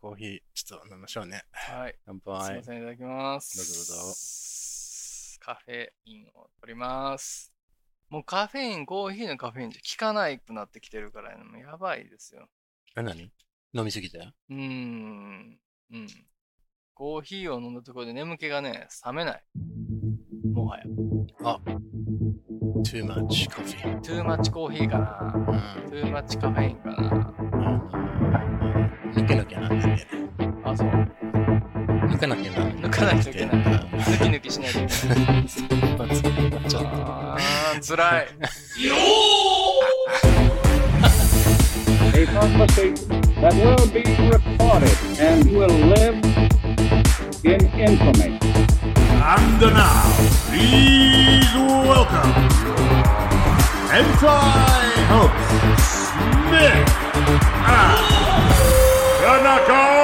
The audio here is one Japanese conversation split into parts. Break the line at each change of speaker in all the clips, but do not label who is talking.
コーヒー、ちょっと飲みましょうね。
はい。
乾
すい
杯
ま。せん、いただきます。
どうぞどうぞ
カフェインを取ります。もうカフェイン、コーヒーのカフェインじゃ効かないくなってきてるから、もうやばいですよ。
え、何飲みすぎて
うーん。うん。コーヒーを飲んだところで眠気がね、冷めない。もはや。
?too much coffee.
トゥーマッチコーヒーかな。
うん。
トゥーマッチカフェインかな。
抜けなきゃなんないんだよね。
あ、そう。
抜かなきゃなん
抜かないといけない。抜き抜きしないといけない。
い。ちょっと。
あー、つ らい。
a conversation that will be recorded and will live in infamy.
And now, please welcome Hentai host Smith and Tanaka!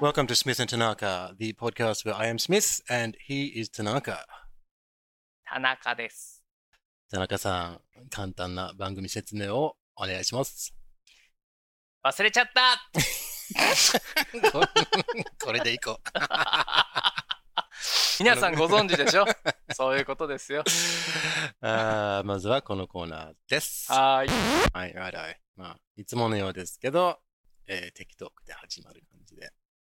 Welcome to Smith and Tanaka, the podcast where I am Smith and he is Tanaka.
田中です。
田中さん、簡単な番組説明をお願いし ます。
忘れちゃった
これでいこう。
皆さんご存知で しょそういうことですよ。
あーまずはこのコーナーです。は
はーい。
い、はい、はい。まあ、いつものようですけど、えー、テキトークで始まる感じで。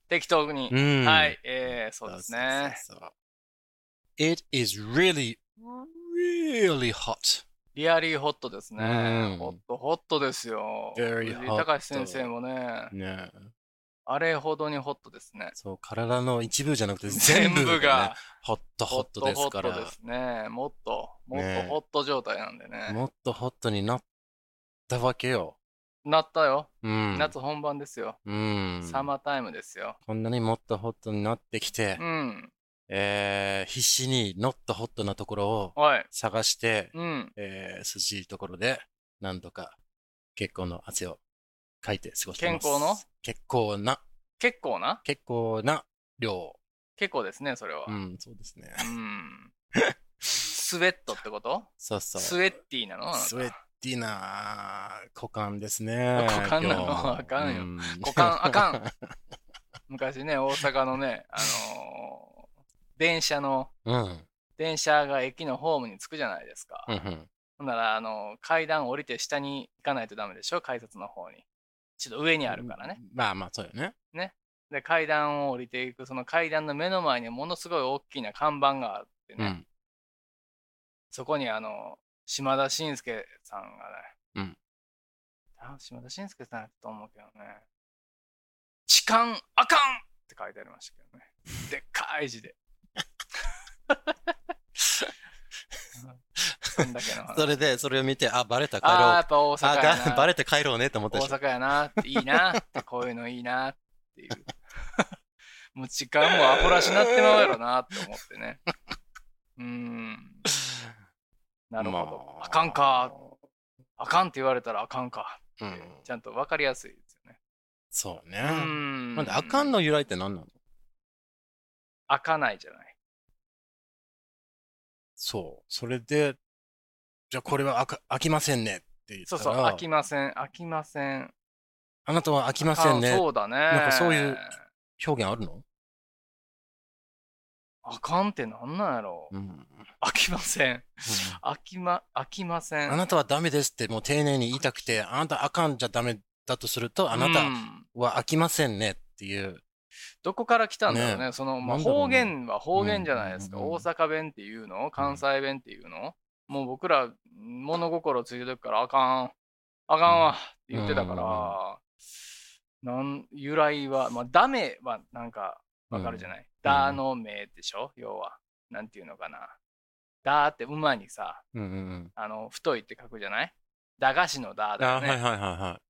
適当に。
うん
はい。。えー、そうですね。
そうそうそう It is really, really hot.
リアリーホットです
うん
ね。ホット、ホットですよ。
Very
藤井
hot
隆先生もね、
ねえ
あれほどにホットですね。
そう、体の一部じゃなくて全
全
部が,、
部が
ホットホットですか
ホット
ら
で、すね。もっと、もっ
ね
とホット状態なんでね。
もっとホットになったわけよ。
なったよ。
うん。
夏本番ですよ。
うん。
サマータイムですよ。
こんなにもっとホットになってきて、
うん。
えー、必死にノットホットなところを
おい。
探して、
うん。
えー、涼しいところで何度か結構の汗をかいて過ごしてます。
健康の
結構な、
結構な
結構な量。
結構ですね、それは。
う
うん。
ん、そうですね。
スウェットってこと
そうそう。
スウェッティーなのあなた
スウェッティな股間ですね。
股間なの
今日
あかんよ
うん
股間あか ん昔ね大阪のねあのー電車の
うん。
電車が駅のホームに着くじゃないですか、
うんうん。
ほんならあのー階段降りて下に行かないとダメでしょ改札の方にちょっと上にあるからね、。
まあまあ、そうよね。
で階段を降りていくその階段の目の前にものすごい大きな看板があって
う
ね、
ん。
そこにあの島田紳介さんがね、
うん
あ島田紳介さんやったと思うけどね「痴漢あかん!」って書いてありましたけ どねでっかい字でそんだけの話
それで、それを見て、あ、バレた、帰ろう。
ああや
あ
っぱ大阪や
が、
な
バレて帰ろうねって思った
大
でしょ。
阪やなっていいなってこういうのいいなっていう もう痴漢もアホらしなってまうやろなって思ってねうーんなるほど、
ま
あ、かんかあかんって言われたらあかんか
う
って
ん。
ちゃんと分かりやすいですよね
そう
うー
ね。
ん
なんで、あかんの由来って何なの
開かないじゃない
そう。それで、じゃあこれはあか飽きませんねって言った
そう
ら、
そう開きません開きません
あなたは飽きま
あ
せ
か
ん
ん
ね。
そうだね
んかそういう表現あるの
あかんってなんなんやろ
うん。
開きません
うん
開きま開きません
あなたはダメですってもう丁寧に言いたくて、あなたあかんじゃダメだとすると、あな
う
た
ん
は飽きませんねっていう。
どこから来たんだろうね。その、まあ、
なんだろうな
方言は方言じゃないですか。
うんうんうん
大阪弁っていうの関西弁っていうの、もう僕ら物心ついてる時からあかん、あかんわって言ってたから、なん由来は、まあ、ダメはなんかわかるじゃない。だの名でしょ要は。なんていうのかな。だって馬にさ、
うんうんうん。
あの、太いって書くじゃない駄菓子のだだ
あ、
よ
はいはい
ね。
はいはい。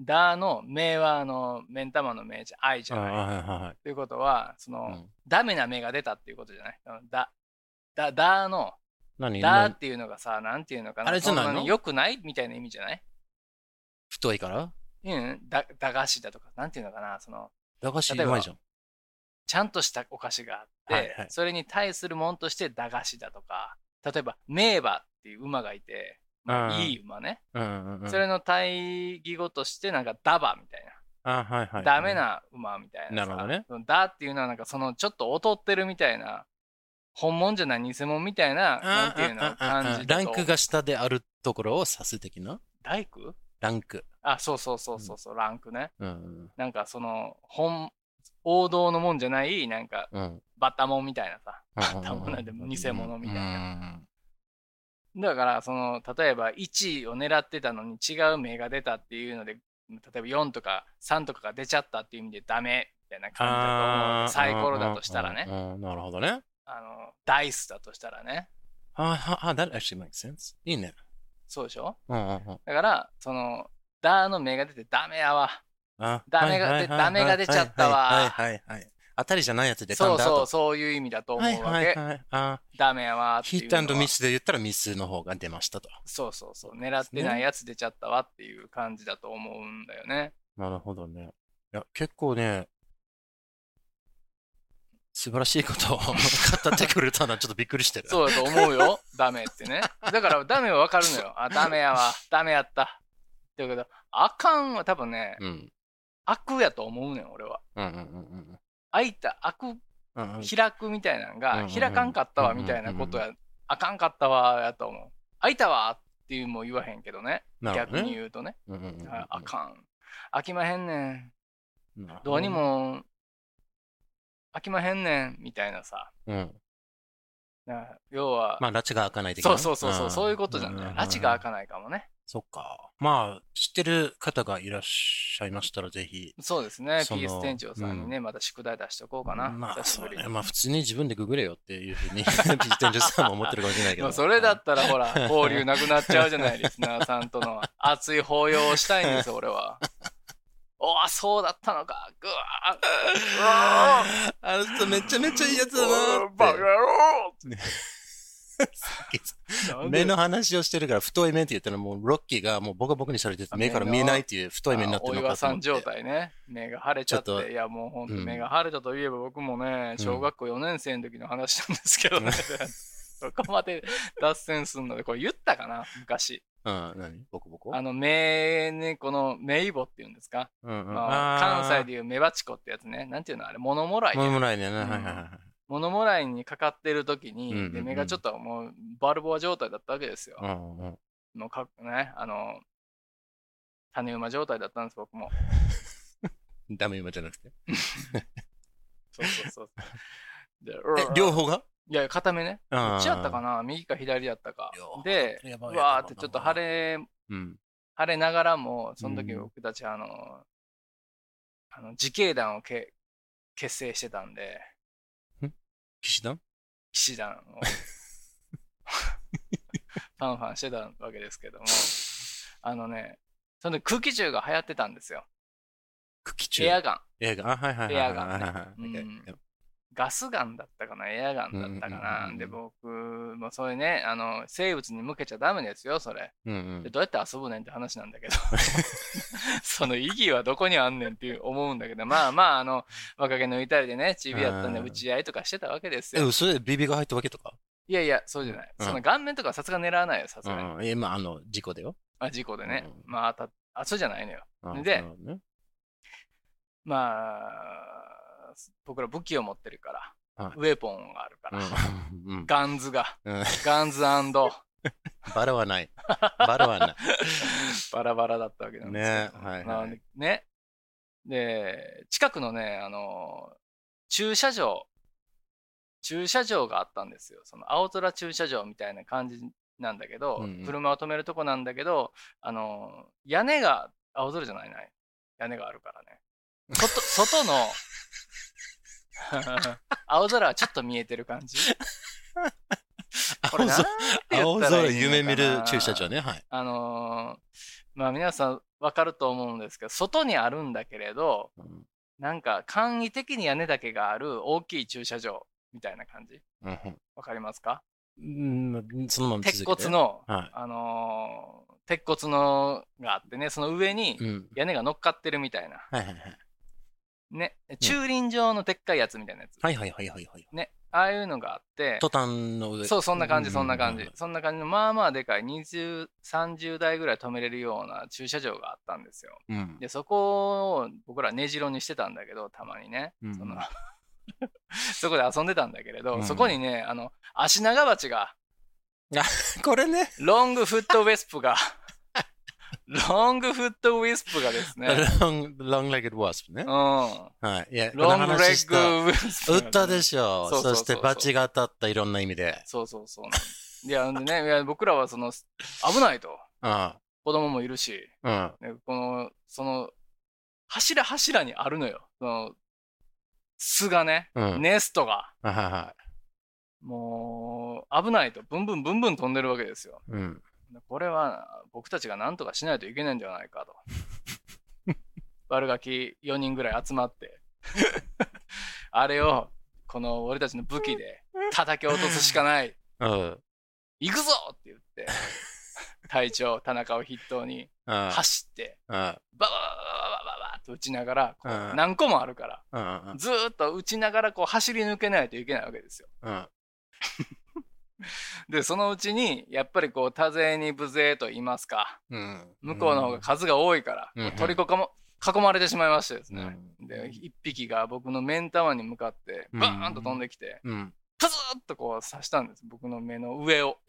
だの名はあの、目ん玉の名じゃ愛じ
あ
ゃない。
はいはいはい。
ということは、その、
うん
ダメな芽が出たっていうことじゃないあのだ、だ、だの、
何
だ
な
っていうのがさ、なんていうのかな。
あれじゃないの
そんに良くないみたいな意味じゃない
太いから
うん、だ、駄菓子だとか、なんていうのかな。その、
駄菓子
例え
う
ば
まいじゃん。
ちゃんとしたお菓子がって、
はいはい
それに対するもんとして駄菓子だとか例えば名馬っていう馬がいて、まあ
うん
いい馬ね、
うんうんうん
それの対義語としてなんかダバみたいな、
あはいはい。
ダメ。な馬みたいな
な
さ
るほどね
そのダっていうのはなんかそのちょっと劣ってるみたいな本物じゃない偽物みたいななん
あ
ていうの
ああ
感
あ
じだ
ラ
と
ンクが下であるところを指す的な
ライク
ランク。
あそうそうそうそうそう、ランクね
うん
なんかその本王道のもんじゃないなんか
うん。うん。
バッタモンみたいなさ
バ
ッタモンなんて偽物みたい
な。
だからその例えば1位を狙ってたのに違う目が出たっていうので例えば4とか3とかが出ちゃったっていう意味でダメみたいな感じ
ああ。
だと思うサイコロだとしたら
う
ね
んうんなるほどね。
あのダイスだとしたらね
ああ、あ that actually makes sense. いいね。
そうでしょ
うんうんうん。
だからそのダの目が出てダメやわ
あ
ダメが
はいはいはいはい
ダメが出ちゃったわ
はいはいはいはい。当たりじゃないやつで
そうそう
そ
そういう意味だと思うわ
は
け、
いはいはい。あ
ダメやわって
ヒ
いう
ッ
のは
トミスで言ったらミスの方が出ましたと。
そうそうそう狙ってないやつ出ちゃったわっていう感じだと思うんだよね
なるほどね。いや、結構ね、素晴らしいことを 語ってくれたのはちょっとびっくりしてる。
そうだと思うよ、 ダメってね。だからダメはわかるのよ。あ、ダメやわ、ダメやった。っていうけど、あかんは多分ね、
うん。
悪やと思うねん、俺は。
うんうんうん
開いた、悪、
うんうん。
開くみたいなの
うん
が、
うん
開かんかったわ、みたいなことや、あかんかったわ、やと思う。開いたわっていうも言わへんけどね、
なるほ
逆
ど
に
ね。
言うとね、
うんうんうんうん
ああかん。開きまへんねん、
なるほ
どうに。も、開きまへんねん、みたいなさ。
うん。
だから要は、
まあ、拉致が開かない的な
そうそうそうそう、そういうことじゃんね。拉致が開
ない。
かないかもね。
そっか。まあ、知ってる方がいらっしゃいましたら、ぜひ。
そうですね、
その
PS 店長さんにね、また宿題出しとこうかな。
まあ、
久し
そ
ぶり
れ
に
まあ、普通に自分でググれよっていうふうに、ピーテンジさんも思ってるかもしれないけ
ま
ど。
あそれだったらほら、交流なくなっちゃうじゃない、リスナーさん との熱い抱擁をしたいんですよ、俺は。おあ、そうだったのか。ぐわーうわー
あの人めちゃめちゃいいやつだなーって
バカ野郎
目の話をしてるから太い目って言ったらもうロッキーがもうボコボコにされてて目から見えないっていう太い目になってる
お
の
岩
かと
さ
思
ん
っ
状
て。
態ね。目が腫れちゃっ。
ちょってと
いや、もうほんと
うん
目が腫れたといえば僕もね、
うん
小学校4年生の時の話なんですけどね。 そこまで脱線するので、これ言ったかな昔。
うん、何ボコボコ
あの、名猫の名イボっていうんですか、
うんうん
まあ関西で
で。
いうメバチコってやつね。なんていうのあれ、モノモライ
も
ね。
うもらいね。はいはい
うん
は
モノモライにかかってる時に、
うんうんうん
で目がちょっともうバルボア状態だったわけですよ。
い。うんうん
もうかね、あの、種馬状態だったんです、僕も。
ダメ今じゃなくて。
そうそう そう。で
え、両方が
いや、片目ね。
うん
どっちやったかな右か左やったか
両方。
で、
や
う
ばいやつだな
わーってちょっと晴れ、
うん。
晴れながらも、その時
うん
僕たち、あの、あの自警団をけ結成してたんで、
騎士団
騎士団をファンファンしてたわけですけども、あのね、その時空気銃が流行ってたんですよ。
空気中。
エアガン。
エアガン。あ、はいはいはいはいはいはい。
エアガンね
はいはい
ガスガンだったかなエアガンだった
うんう
かな、
んうんうん
で、僕もそれね、あの、生物に向けちゃダメですよ、それ。
うんう
で
ん。
どうやって遊ぶねんって話なん だけどその意義はどこにあんねんっていう思うんだけどまあまああの若気の至りでねチビやったんで
うん
打ち合いとかしてたわけです
え、
よ
それでビビが入ったわけとか
いやいやそうじゃない、
うん
その顔面とかさすが狙わないよさす
う
がに、
んうん。え、まあ、あの、事故だよ。
あ事故でね、
うん
まあ当たあそうじゃないのよ
うん
で
なるほどね
まあ僕ら武器を持ってるから、
はい
ウェポンがあるから、
うんうん。
ガンズが、
うん
ガンズバ
バラは ない。バラはない。
ラバラだったわけなんですけど
ねはいはい
なのでねで近くのねあの駐車場駐車場があったんですよその青空駐車場みたいな感じなんだけど、
うんうん
車を止めるとこなんだけどあの屋根が青空じゃないない屋根があるからね 外外の 青空はちょっと見えてる感じこ
青
れな
空
んて言
青
ったら
空
いいのかな
夢見る駐車場ね。はい。
あのーまあ皆さんわかると思うんですけど外にあるんだけれど
うん
なんか簡易的に屋根だけがある大きい駐車場みたいな感じわかりますか
うん、そのまま続け
鉄
て
骨。の、
はい。
あのー鉄骨のがあってねその上に
うん。
屋根が乗っかってるみたいな、
はいはいはい。
ね駐輪場のでっかいやつみたいなやつ、
はいはいはいはいはい。
ねああいうのがあって
トタンの上。
そうそんな感じそんな感じ、
う
そんな感じのまあまあでかい2030台ぐらい止めれるような駐車場があったんですよ
うん。
でそこを僕ら根城にしてたんだけどたまにね、
うん
その そこで遊んでたんだけれど、
うん
そこにねあの足長鉢が
これね。
ロングフットウィスプ がロングフットウィスプがですね
long, long-legged wasp ね
う。ん
はい。いや、
ロ
この
ングレ
話し
ッ
た
グウィスプ
打ったでしょ。
そうそうそうそう
そしてバチが当たったいろんな意味で。
そうそうそうなんです。いや、ほんでね、いや僕らはその、危ないと。
うん。
子供もいるし、
うん。
ねこの、その、柱柱にあるのよ。その、巣がね、
うん
ネストが。
はいはいは
もう、危ないと。ブンブンブンブン飛んでるわけですよ。
い。うん。
これは、僕たちが何とかしないといけないんじゃない かと。悪ガキ4人ぐらい集まって、 あれを、この俺たちの武器で叩き落とすしかない。
うん。
行くぞって 言って、隊長、田中を筆頭に
うん。
走って、
うん。
ババババババババって打ちながら、こ
う
うん何個もあるから、
うん。
ずーっと打ちながらこう走り抜けないといけないわけですよ。
うん。
で、そのうちに、やっぱりこう、多勢に無勢と言いますか、
うん。
向こうの方が数が多いから、
うん
取り囲も囲まれてしまいましてです
う
ね。
ん。
で、一匹が僕の目ん玉に向かって、
うん
バーンと飛んできて、
うん。
プズーッとこう刺したんです。僕の目の上を。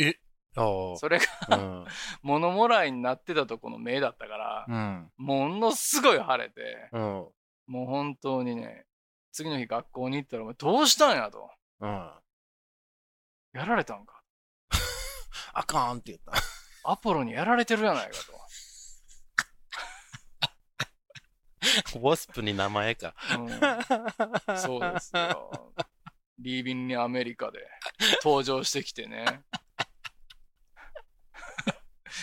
おー
それが
うん。
物もらいになってたとこの目だったから、
うん。
ものすごい晴れて、
うん。
もう本当にね、次の日学校に行ったら、お前どうしたんやと。
うん。
やられたんか。
あかんって言った。
アポロにやられてるやないか
ウォスプに名前か。
と。うん、そうですよ。リービンにアメリカで登場してきてね。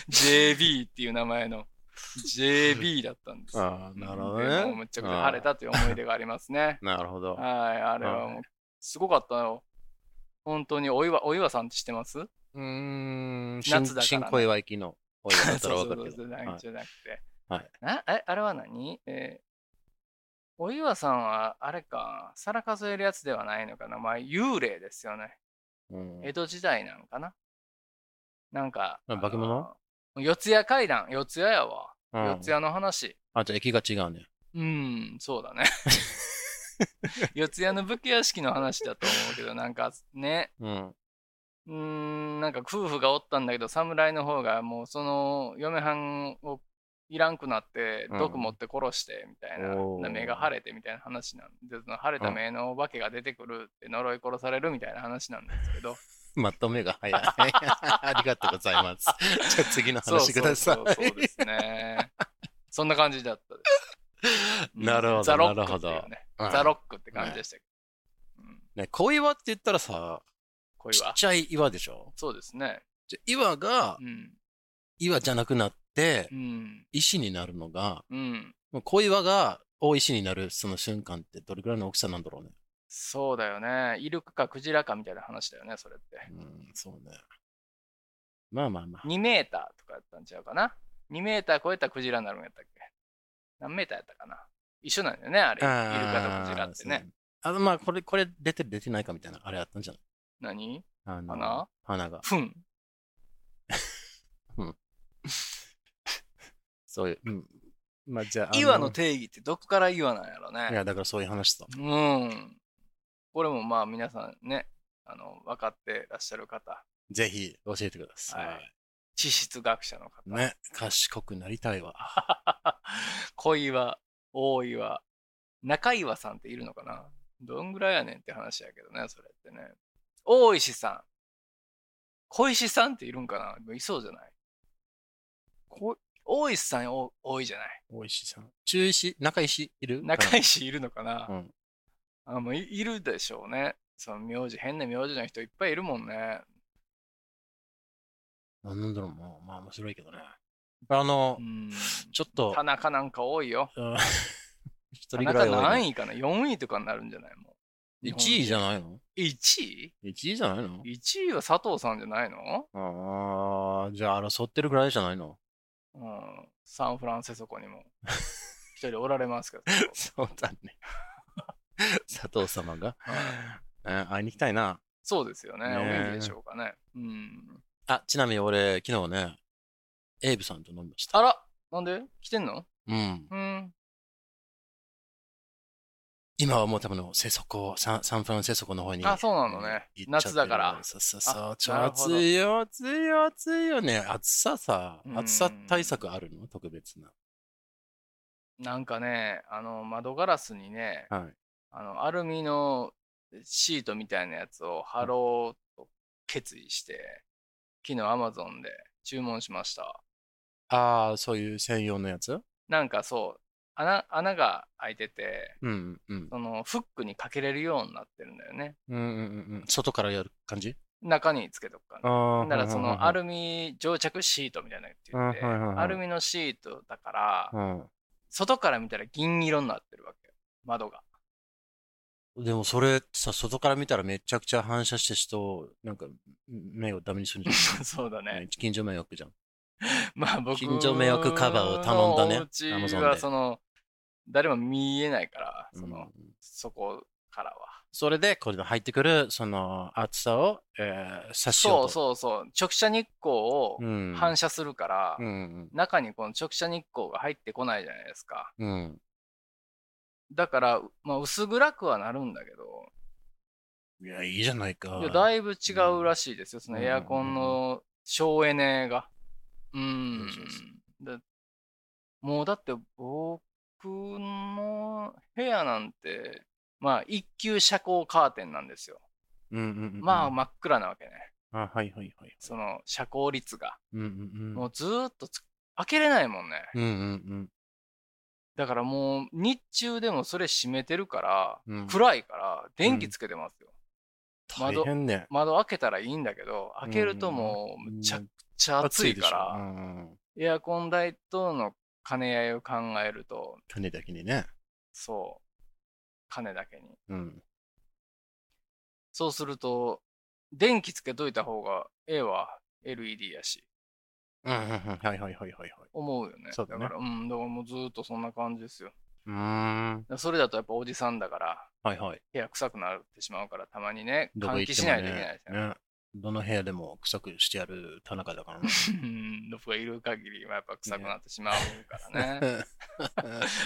JB っていう名前の JB だったんですよ
あーなるほどね
でもうめちゃくちゃ晴れたという思い出がありますね。
なるほど。
はい、あれはもう、すごかったよ。本当にお岩、お岩さんって知ってます
うーん。
夏だからね
新小岩行きの小岩だったらわかるけ
そうそうそ
ど。
うじゃな
はい
じゃなくて。
はい
なえ、あれは何えーお岩さんは、あれか、皿数えるやつではないのかな。まあ、幽霊ですよね。
うん
江戸時代なんかな。なんか、
あ化け物
あの四谷階段、四谷やわ。
うん
四谷の話。
あ、じゃあ駅が違うね。
うん、そ うだね。 四谷の武家屋敷の話だと思うけど、なんかね、
うん。
うーん、なんか夫婦がおったんだけど、侍の方がもうその嫁はんをいらんくなって
う、ん
毒持って殺してみたいな、
おー
目が腫れてみたいな話なんで、その腫れた目のお化けが出てくるって呪い殺されるみたいな話なんですけど、
まとめが早 い。ありがとうございます。じゃあ次の
そう
話ください。
そうそうそうですね。そんな感じだったです。うん
なるほど
ザロックっていう
なるほ
ね
うん
ザロックって感じでしたけど。うん、
ね、小岩って言ったらさ、
こ
ち
れ
っ
は。
ちゃい岩でしょ
そうですね。
じゃあ岩が
うん。
岩じゃなくなって
う、ん。
石になるのが、
うん。
もう小岩が大石になるその瞬間ってどれくらいの大きさなんだろうね。
そうだよね。イルカかクジラかみたいな話だよね、それって。
うん、そうね。まあまあまあ。
2メーターとかやったんちゃうかな。2メーター超えたらクジラになるんやったっけ何メーターやったかな一緒なんだよね、あれ。イルカとクジラってね。
あー。そうあまあ、これ、これ出てる出てないかみたいな、あれあったんじゃない
何
あの
花
花が。
ふん。
そういう、うん。まあじゃああ。
岩の定義ってどこから岩なんやろ
い
ね。
や、だからそういう話さ。
うん。これもまあ皆さんね、あの、分かってらっしゃる方、
ぜひ教えてください。
はい地質学者の方、
ね、賢くなりたいわ。
小岩、大岩、中岩さんっているのかなどんぐらいやねんって話やけどね、それってね。大石さん。小石さんっているんかないそうじゃないこ大石さんお多いじゃない
大石さん。中石、中石いる
中
石。
石いるのかな、
うん。
あもういいるでしょうね。その名字、変な名字の人いっぱいいるもんね。
なんなんだろう、もう、まあ面白いけどね。あの
う、ん。
ちょっと
田、中なんか多いよ。
うん 一
田
人ぐら
中
いは
何位かな ?4 位とかになるんじゃないも
1位じゃないの
う。1位
?1 位じゃないの
?1 位は佐藤さんじゃないの
ああ、じゃあ争ってるぐらいじゃないの
うん、サンフランシスコに も一人おられますけど、
そうだね。佐藤様が。
は
えー会いに行きたいな。
そうですよね。
ね
お元気でしょうかね。うん。
あ、ちなみに俺、昨日ね、エイブさんと飲みました。
あらなんで来てんの
うん。
うん。
今はもう多分の、セソコ、サンサンフランシスコの方に。
あ、そうなのね。
行っちゃって
夏
る
だから。
そうそうそう。ちょ
なるほど
暑いよ、暑いよ、暑いよね。暑ささ
う、ん
暑さ対策あるの特別な。
なんかね、あの、窓ガラスにね、
はい。
あの、アルミのシートみたいなやつを貼ろうと決意して、昨日アマゾンで注文しました。
ああ、そういう専用のやつ
なんかそう、穴、穴が開いてて、
うんうん
そのフックにかけれるようになってるんだよね。
うんうんうんうん。外からやる感じ
中につけとくから。
あ
だからそのア
る。
ルミ蒸着シートみたいなのって言って、
あはいはいはい
アルミのシートだから、
うん
外から見たら銀色になってるわけよ窓が。
でもそれさ、外から見たらめちゃくちゃ反射して人、なんか、目をダメにするんじ
そうだ
ゃな
ね。
い近所迷惑じゃん。
まあ僕
近所迷惑カバーを頼んだね
のお家
Amazon
は
で
その、誰も見えないから、その、
うん
そこからは。
それで、これの入ってくる、その、暑さを、えー、察しよう
そう
と。
そうそう。直射日光を
うん。
反射するから、
うんうん
中にこの直射日光が入ってこないじゃないですか。
うん。
だから、まあ、薄暗くはなるんだけど、
いや、いいじゃないか。
いやだいぶ違うらしいですよ、その
うん
エアコンの省エネが。う
うん
ん。だもうだって僕の部屋なんて、まあ一級遮光カーテンなんですよ。
うんうんうんうん。
まあ真っ暗なわけね。
あ。はいはいはい。
その遮光率が。
うんうんう
も
ん。
うずーっとつ開けれないもんね。
うんうん
だからもう日中でもそれ閉めてるから、
うん。うん、
暗いから電気つけてますよ。
大変ね。
窓開けたらいいんだけど、開けるともうむちゃくちゃ暑い
でしょ
から。
うんうん。
エアコン代との兼ね合いを考えると、
種だけにね。
そう、金だけに。
うん。
そうすると、電気つけといた方が、A は LED やし、
うんうんうん。はいはいはいはいはい。
思うよね。
そうだね
から、うん、だからもうずーっとそんな感じですよ。だか
うーん。
らそれだとやっぱおじさんだから、
はいはい。
部屋臭くなってしまうから、たまにね、
どこ行
換気
って
し
も
ない
ね
といけないですよね。
ね。どの部屋でも臭くしてやる田中だ からね。
うん僕がいる限りはやっぱ臭くなってしまうからね。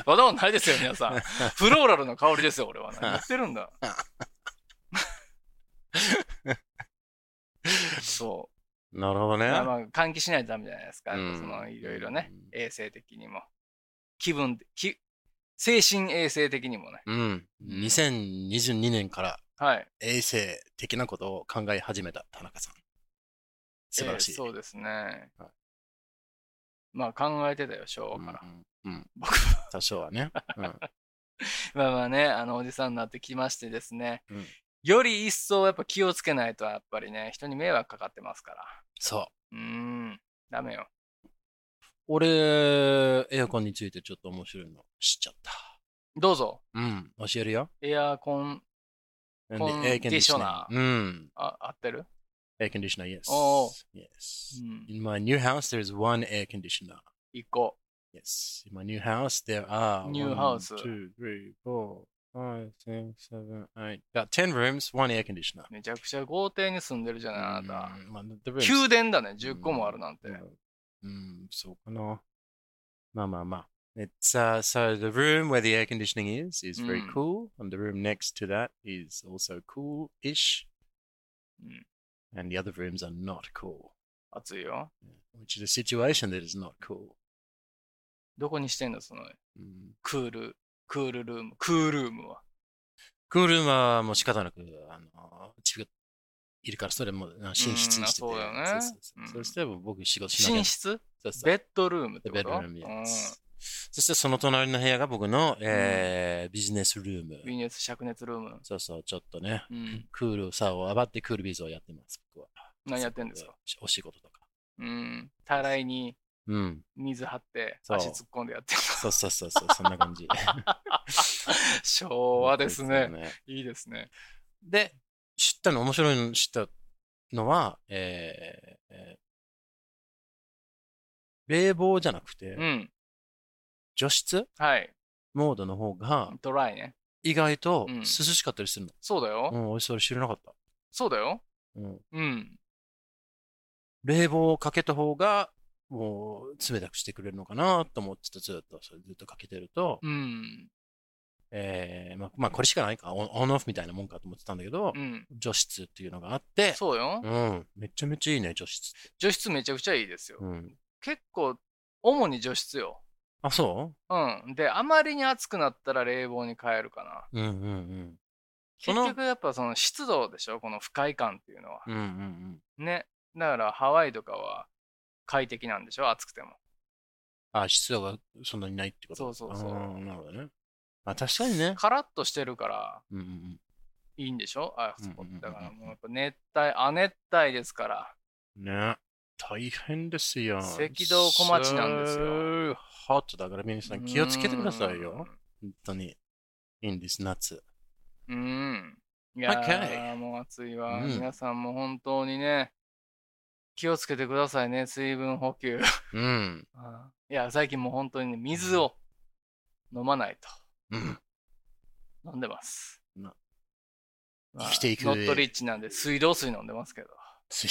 う
わざわざないですよ、皆さん。 フローラルの香りですよ、俺は。何言ってるんだ。そう。
んなるほどね。
まあまあ換気しないとダメじゃないですか。
うん
そのいろいろね、衛生的にも。気分、き精神衛生的にもね。
うん。2022年から
はい。
衛生的なことを考え始めた田中さん。素晴らしい。
えーそうですね。
はい
まあ考えてたよ、昭和
うん
から。
うん。うん
僕
多少はね。 うん。
まあまあね、あの、おじさんになってきましてですね。
うん
より一層やっぱ気をつけないと、やっぱりね、人に迷惑かかってますから。
そう。
うーん、ダメよ。
俺、エアコンについてちょっと面白いの知っちゃった。
どうぞ、
うん。教えるよ。
エアコン、コンディショナ
Air
ー
conditioner. うん。
あ、合ってる
Air conditioner, yes.
Oh.
Yes.
Mm.
In my new house, there's one air conditioner.
一個。
Yes. In my new house, there are
New
one,
house.
two, three, four, five, six, seven, eight. Got ten rooms, one air conditioner.
めちゃくちゃ豪邸に住んでるじ ゃない、あな
Mm, well, the
た。
rooms.
宮殿だね、10個もあるなんて。
うん、そうかな。まあまあまあ。It's, uh, so the room where the air conditioning is is very
うん
cool, and the room next to that is also cool-ish,
うん、
and the other rooms are not cool,
暑いよ。
which is a situation that is not cool.
どこにしてんだ、その、
うん
クール、クールルーム、クールームは。
クールームはもう仕方なく、あの、違う、いるから、それもあ寝室にしてて。
うんまあそうだよね
そうそう
うん
そうそして僕仕事しなきゃ
寝室
そうそう
ベッドルームってこ
ベッ
と
ドルームです。そしてその隣の部屋が僕の、えービジネスルーム
うん。微熱、灼熱ルーム。
そうそう、ちょっとね、
うん。
クールさを暴ってクールビーズをやってます、僕は。
何やってんですか
お仕事とか。
うん。たらいに
うん。
水張って、
そう
足突っ込んでやって る。
そうそうそうそう、そんな感 じ。
昭和ですね。。いいですね。
で、知ったの、面白いの知ったのは、えーえー冷房じゃなくて、
うん。
除湿
はい。
モードの方が
ドライね。
意外と
うん
涼しかったりする
そうだよ。
の。うん、俺それ知らなかった。
そうだよ。
うん。
うん。
冷房をかけた方が、もう、冷たくしてくれるのかなと思ってた、ずっと、それずっとかけてると、
うん。
えー、まあ、まあ、これしかないか、オンオンオフみたいなもんかと思ってたんだけど、
うん。
除湿っていうのがあって、
そうよ
う。ん、めちゃめちゃいいね、除湿。
除湿めちゃくちゃいいですよ。
うん。
結構、主に除湿よ。
あ、そ
うん。で、あまりに暑くなったら冷房に変えるかな。
ううんうんうん。そ
結
の
局やっぱその湿度でしょこの不快感っていうのは。
うんうんうん。
ね。だからハワイとかは快適なんでしょ暑くても。
あ、湿度がそんなにないってこと
そうそうそう
あーなるほどね。まあ、確かにね。
カラッとしてるから
うんうんうん。
いいんでしょあそこ
うんうんうんうん
だからもうやっぱ熱帯、亜熱帯ですから。
ね大変ですよ。
赤道小町なんですよ
よ。ホットだから皆さん気をつけてくださいよ。本当に。in this 夏。
うん。うん。いやー、
Okay
もう暑いわ、
うん
皆さんも本当にね、気をつけてくださいね。水分補給。
うん。
うんいや、最近もう本当にね、水を飲まないと。
うん。
飲んでます。
な
まあ
生きていく
ノ
上で
ットリッチなんで水道水飲んでま すけど。
つい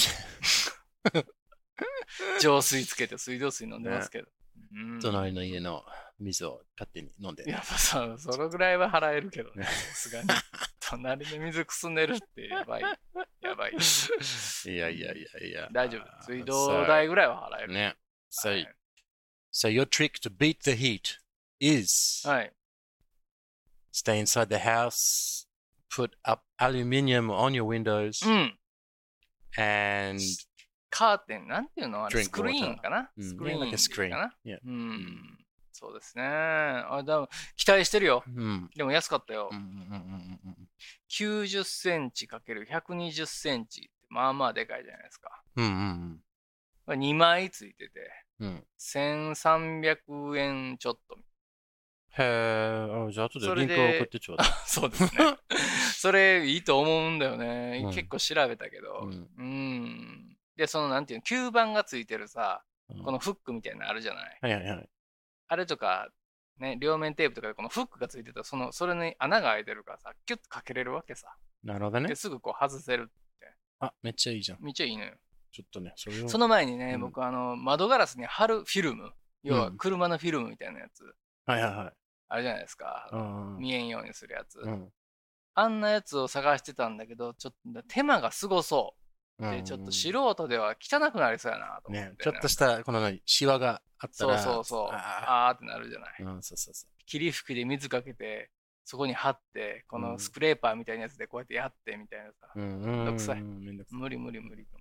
浄水つけて水道水飲んでますけど。う ん。
隣の家の水を勝手に飲んで。
やっぱさ、そのぐらいは払えるけどね。さすがに。隣で水くすねるってやばい。やば い。
いやいやいやいや。
大丈夫。水道代ぐらいは払え
So,
る。
ね。So,
はい
so your trick to beat the heat is
はい。
stay inside the house, put up aluminium on your windows,
うん。
and
カーテン、なんていうのあれ
Drink
スクリーンかな
うん
スクリー
Yeah, like a
ンかな
screen. Yeah.
う
うん
ん。そうですね。あ、だ期待してるよ。
うん
でも安かったよ
うんうんう。んうん
90センチ ×120 センチってまあまあでかいじゃないですか。
うんうん
2枚ついてて、
うんうん。
1300円ちょっと。
へえ、あじゃあ後で
そ
リ
れ
ンク
で
を送ってちょうだい。
そ うですね。それいいと思うんだよね。
うん
結構調べたけど。
う
うんん。で、そのなんていうの、吸盤がついてるさ、
うん
このフックみたいなのあるじゃない。
はいはいはい。
あれとか、ね、両面テープとかでこのフックがついてたら、その、それに穴が開いてるからさ、キュッとかけれるわけさ。
なるほどね
で、。すぐこう外せる。
あ、めっちゃいいじゃん。
めっちゃいいのよ。
ちょっとね、それを。
その前にね、
うん
僕あの窓ガラスに貼るフィルム要
う
は
ん
車のフィルムみたいなやつ、
はいはいはい。
あるじゃないですか、
うんうん
見えんようにするやつ、
うん
あんなやつを探してたんだけどちょっと手間がすごそ
うんう
う
ん
で
うん
ちょっと素人では汚くなりそうやなと思って、
ね、ちょっとした、この何、シワがあった
そう
ら。
そうそう
あ
あーってなるじゃない
ーうん、そうそうそ
霧吹きで水かけてそこに貼ってこ
うん
のスクレーパーみたいなやつでこうやってやってみたいなさ、
う。うんうんうんうん。
めんどくさい
めんどくさい
無理無理無理と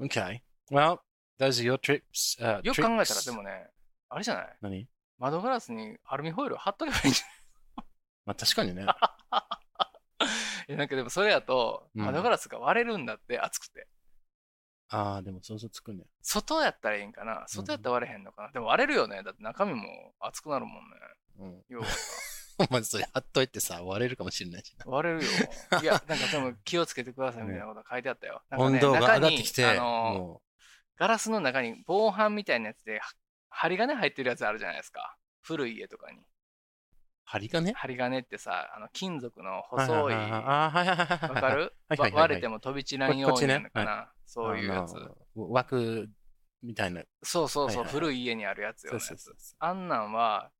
Okay. Well, those are your trips. Uh,
よく考えたら
tricks.
でもねあれじゃない
何
窓ガラスにアルミホイル貼っとけばいいんじゃない
まあ確かに ね。
えなんかでもそれやと
うん
窓ガラスが割れるんだって暑くて、
ああ、でも想像つくね。
外やったらいいんかな外やったら割れへんのかな、でも割れるよねだって中身も熱くなるもんね
うん。
要は
お前それ貼っといてさ、割れるかもしれないしな。
割れるよいやなんか多分気をつけてくださいみたいなこと書いてあったよ、なんか
温
ね
度が上がっ
中に
てきて、
あの
も
ガラスの中に防犯みたいなやつでは針金入ってるやつあるじゃないですか古い家とかに
う、針金
針金ってさあの金属の
は
細い
はは
わ
はあー、はいはいはいはいはい。
かる
はいはいはいはい
わ割れても飛び散らんようになるのかな、
こ
そういうやつ
あの枠みたいな。
そうそうそ
は
う、
いはい
古い家にあるやつよ、
そう
ね、
そうそうそ
あんなんは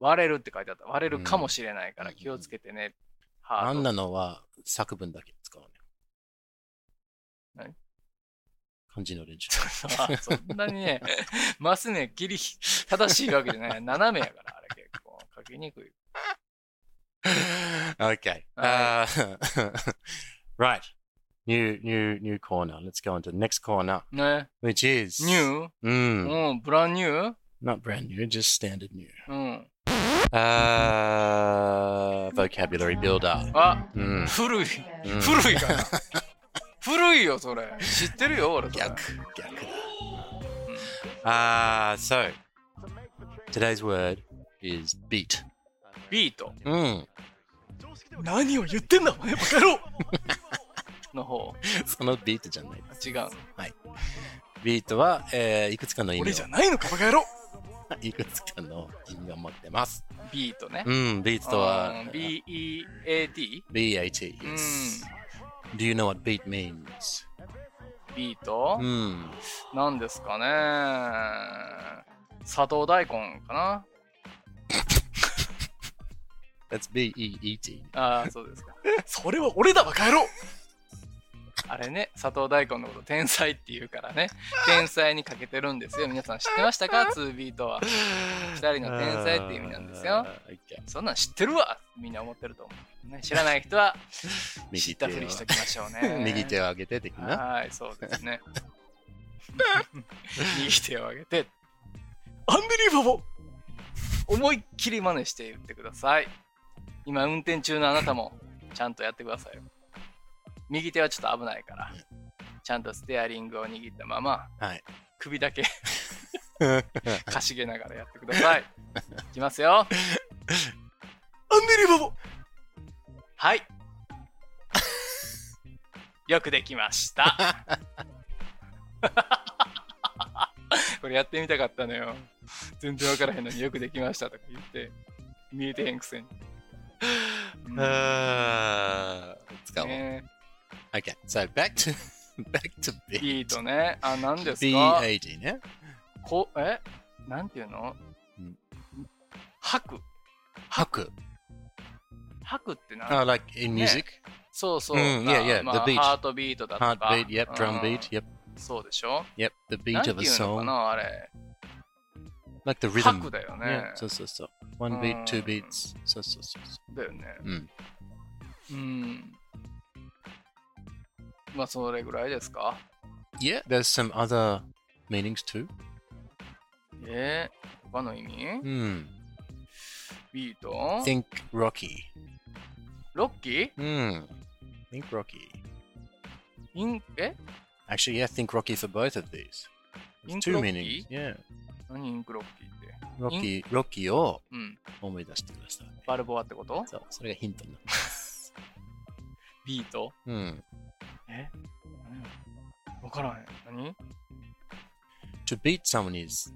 割れるって書いてあった。割れるかもしれないか
う
ら
ん
気をつけて
う。
ね。ハート
あんなのは作文だけ使うね。
何
漢字の練習。
あ そんなにね、 マスね、ギリ正しいわけじゃない。斜めやから、あれ結構。書きにくい。
okay. Uh, right. New new new corner. Let's go on to the next corner,
ね。
which is
ニュ
Mm,
ーうん、ブランニュー
Not brand new, just standard new.
うん。
Uh, vocabulary builder.
あ、
Mm.
古い。
うん
古いかな。古いよ、それ。知ってるよ、俺。それ
Uh, so today's word is beat.
ビート。
Mm.
何を言ってんだ、お前バカ野郎の方。
そのビートじゃない。
違う。
ビートは、えー、いくつかの意味を
俺じゃないのか、バカ野郎
いくつかの意味を持ってます。
B とね
う。ん、ビートとは
うん、B-E-A-T?
B-I-T,
うん
yes. Do you know what beat means?
B と
う、ん。
なんですかね。砂糖大根かな
That's B-E-E-T.
ああ、そうですか。それは俺だわ、帰ろうあれね、砂糖大根のこと天才って言うからね、天才にかけてるんですよ。皆さん知ってましたか ?2B とは。
二
人の天才って意味なんですよ。そんなん知ってるわみんな思ってると思う、ね。知らない人は知
右
った
手
ふりしと
を。
きましょうね
右手を上げて的 な。
はい、そうですね。右手を上げて、アンビリーファボ思いっきり真似して言ってください。今、運転中のあなたもちゃんとやってくださいよ。右手はちょっと危ないから、ちゃんとステアリングを握ったまま、
はい
首だけ かしげながらやってくだ さい。いきますよ。アンビリーファボはい。 よくできました。 これやってみたかったのよ。全然わからへんのによくできましたとか言って、見えてへんくせに。うん
あー使おう。
ね
Okay, so back to, back to
え、
beat.
いいとね。あ、なんですか
B-A-T ね。
こえなんていうの
うん
吐く。
吐く。
吐くってなん
Ah, like in music?
そうそう。
うん
ない
やいや
ま
the
あ
beat
ハートビートだとか。
Heartbeat, yep, drum beat,
うん
yep,
そうでしょ
yep, the
な
beat
んて
of a
いうのか
song.
なあれ。
Like the
吐
rhythm.
くだよね
Yeah,。そうそうそう。One beat, two
うん
beats. そうそうそうそう。
だよね。
うん。
うん。まあ、それぐらいですか
Yeah, there's some other meanings too.
えー、他の意味
Hmm.
ビート
Think Rocky.
ロッキー
Hmm. Think Rocky.
イン、え
Actually, yeah, think Rocky for both of these.
インク
Two
ロッキ
meanings.
ー
Yeah.
何インクロッキーっ
Rocky,
て。
Rocky を
うん。
思い出してください。
バルボアってこと
そう、それがヒントになってます。
ビート
うん。
えわからへん。何
To beat someone is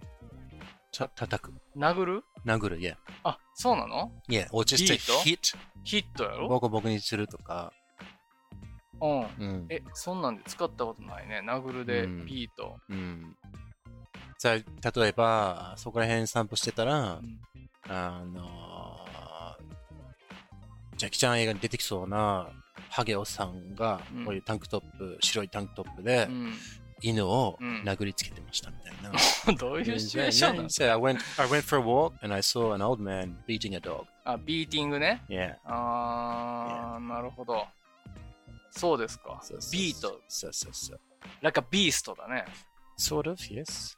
た叩く、
殴る
殴る、yeah.
あ、そうなの
Yeah, or just to
Beat Oh. を
hit,
ヒットやろ
ボコボコにするとか。
うん。
うん。
え、そんなんで使ったことないね。殴るで
うん
ビート。
うん。さあ、例えば、そこら辺散歩してたら
う、ん
あのー、ジャッキーちゃん映画に出てきそうなハゲおっさんが
うん、
こういうタンクトップ、白いタンクトップで、犬を殴りつけてましたみたい な。
うん どういうシチュエーションなの
So I went, I went for a walk and I saw an old man beating a dog.
あ、ビーティングね。
Yeah.
あー、なるほど。そうですか。
So, so,
ビート、
So, so, so.
なんかビーストだね。
Sort of, yes.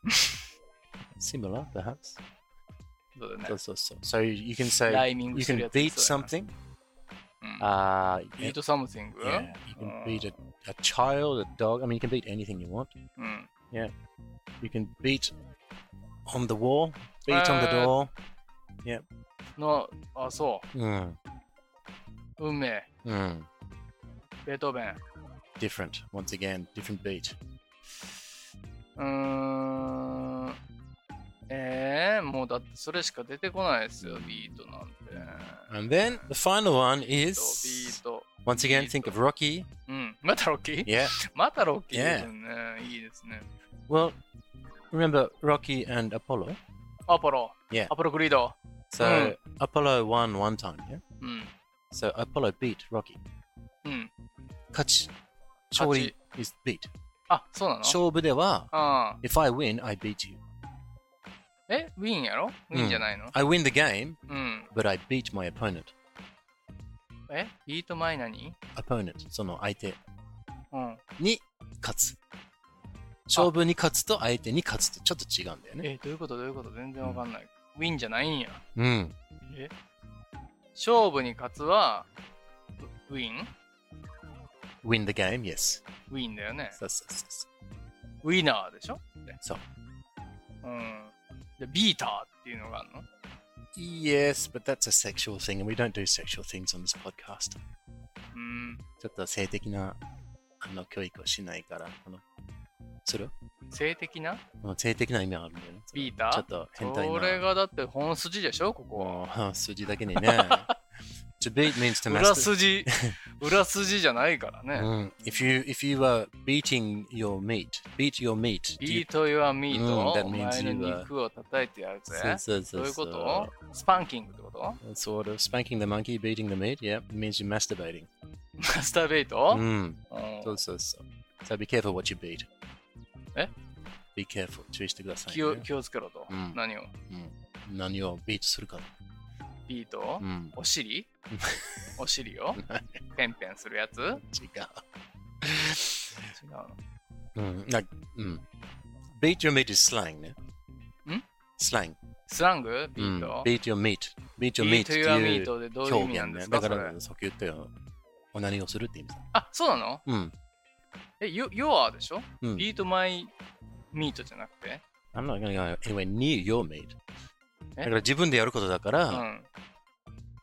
Similar, perhaps.
そ
So,
うだね。
so, so. So you can say,
ライミング
you
する
can
やつ。
beat
そうや
something.
な。
Uh,
ビートサムシング
yeah, you can beat a,
う
a child, a dog. I mean, you can beat anything you want.
ん。
You can beat on the wall, beat on the
Uh,
door.
の、あ、そ
Mm,
う。運命。
mm.
ベートーベン。
Different, once again, different beat.
うーん。えー、もうだってそれしか出てこないですよ、ビートなん
And
て。
then the final one
ビー
is
ト。
once again think of Rocky.
うん。またロッキー
Yeah.
またロッキーですね。いいですね。
Well, remember Rocky and Apollo.
アポロ。
Yeah.
アポログリード。
So
Mm.
Apollo won one time. Yeah.
うん。
So Apollo beat Rocky.
うん。
勝ち。
勝ち。
勝利 is beat.
あ、そうなの
勝負では、
ああ
if I win, I beat you.
えウィンやろウィンじゃないの
I win the game,
うん。
but I beat my opponent.
えビート前何
Opponent, その相手
うん。
に勝つ。勝負に勝つと相手に勝つってちょっと違うんだよね。
え、どういうことどういうこと全然わかんない。ウィンじゃないんや。
うん。
え勝負に勝つは、ウウィン
Win the game, yes.
ウィンだよね。
そうそうそうそう。
ウィナーでしょって
そう。
うん。で、ビーターっていうのがあるの
Yes, but that's a sexual thing, and we don't do sexual things on this podcast.
うん。
ちょっと性的なあの教育をしないから、あの、する
性的な
うん性的な意味あるんだよね。
ビーター
ちょっと変態な。
それがだって本筋でしょここは。
こう 筋だけにね。Debate means to
裏
master.
筋、裏筋じゃないから
う
ね。
ん Mm. If you, if you are beating your meat, beat your meat.
ビートイはミート、
うん
お
that
前
means you
の
are-
肉を叩いてやるぜ。
そうそ
そう
う
いう
そ
こ
う。
とスパンキングってこと
uh, Sort of spanking the monkey, beating the meat, yeah, means you're masturbating. Mm.
マスターベイト、
うん。
うん
そうそうそう。So be careful what you beat. Eh?
え
?Be careful. 注意してください、
気を
ね。
気をつけろと。
うん
何を
うん、何をビートするか。
ビート、
うん。
お 尻お尻をペンペンするやつ違う
違う。
の。
うん。なうん。Beat mm. your meat is slang ね。
ん
スラング。
スラングビ
う
ー
ん
ト、。
Hmm? Mm. Beat your meat. Beat your meat って
ビート・ユア・ミ
い
ー
う
トでどういう意味
表
なん
現
で
ね。
すか
だ
そ
か
れ
ら、さっき言ったよ。お何をするって意味さ。
あ、そうなの
うん。
え、ユアでしょ、
うん
ビート・マイ・ミートじゃなくて
I'm not gonna go anywhere near your meat.
え
だから自分でやることだか
う
ら、
ん。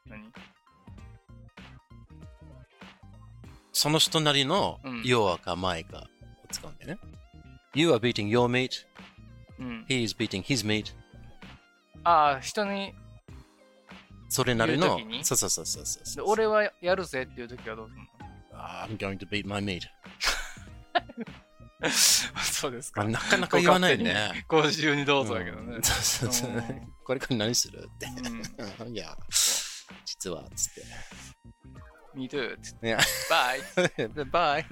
何
その人なりの
うん
your か my かを使うんだよね。You are beating your meat,
うん。
he is beating his meat.
ああ、人に、
それなりの
言う時。に
そうそうそうそうそうそう
で俺はやるぜっていう時はどうするの
I'm going to beat my meat.
そうですか。
なかなか言わないね。
ご自由にどうぞだけど
う
ね
ん。そうそうそう
うん
これから何するって。
うん。
うんいや、実は、つって。
Me too. つって
いや
Bye.
Bye.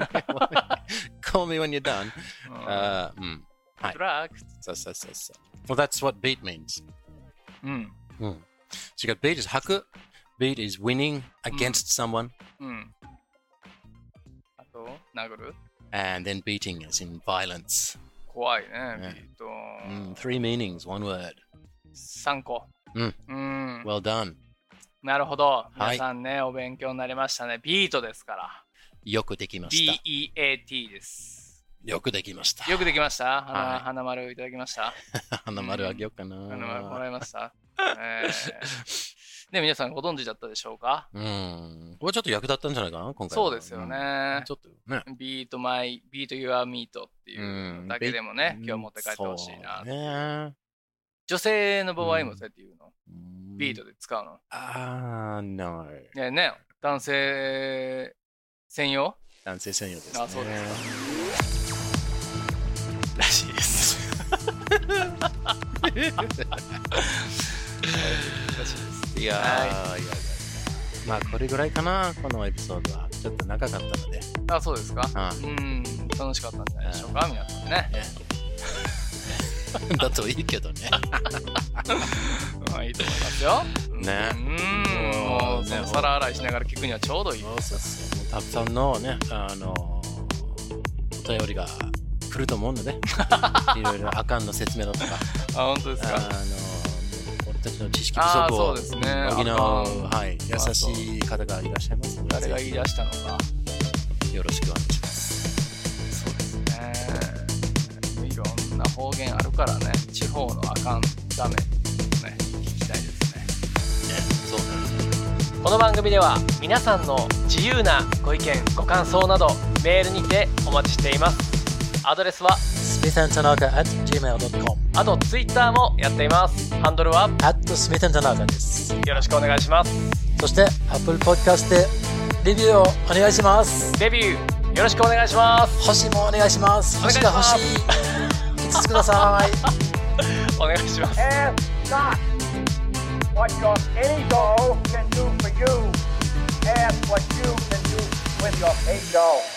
Call me when you're done.
うん
あーうん。はい
Good luck.
そうそうそうそう。Well, that's what beat means.
うん。
うん。違う、beat is 吐く。beat is winning against someone
うん。あと、殴る
and then beating is in violence.
怖いね
ね、
ビート。
Mm, three meanings, one word.
3個。
うん。
うん。
Well done.
なるほど。
い
皆さんね、お勉強になりましたね。ビートですから。
よくできました。
B-E-A-T です。
よくできました。
よくできました花,、
はい
花丸いただきました
花丸あげようかな。
花丸もらいました、え ー、で、皆さんご存知だったでしょうか
うん。これちょっと役立ったんじゃないかな、今回は。
そうですよね
うん。ちょっとね。
ビートマイ、ビートユアミートっていうのだけでもね、今日持って帰ってほしいな、
そうね。
女性の場合もそうやって言うの、ビー
ト。
トで使うの。
あー、no.
ねね、男性専用
男性専用です、ね。
あそうですらしいです。らしいです。
いやー、い、やいやまあ、これぐらいかな、このエピソードは。ちょっと長かったので。
あ、そうですか。
あ
うん、楽しかったんじゃないでしょうか、皆さんね。
だといいけどね。
まあいいと思いますよ。
ね
うん、もう、
ね
その皿洗いしながら聞くにはちょうどいい。
そうそうそう。たくさんのね、あのーお便りが来ると思うの で、いろいろあかんの説明だとか、
あ、本当です
あの
か。
ー俺たちの知識不
あー
足
そ
を
うです
補う、
ね
はい、
あそう
優しい方がいらっしゃいますので、
誰が言い出したのか。
ぜひよろしくお願いします。
そうですね。いろんな方言あるからね、地方のあかんダメ、ね、聞きたいですね。
ね、そうね
この番組では皆さんの自由なご意見ご感想などメールにてお待ちしていますアドレスは
smithandtanaka at gmail.com
あと Twitter もやっていますハンドルは
at smithandtanaka です
よろしくお願いします
そして Apple Podcast でレビューをお願いします
デビューよろしくお願いします
星もお願いします星が欲し い5つください
お願いします
Ask not what your ego can do for you. Ask what you can do with your ego.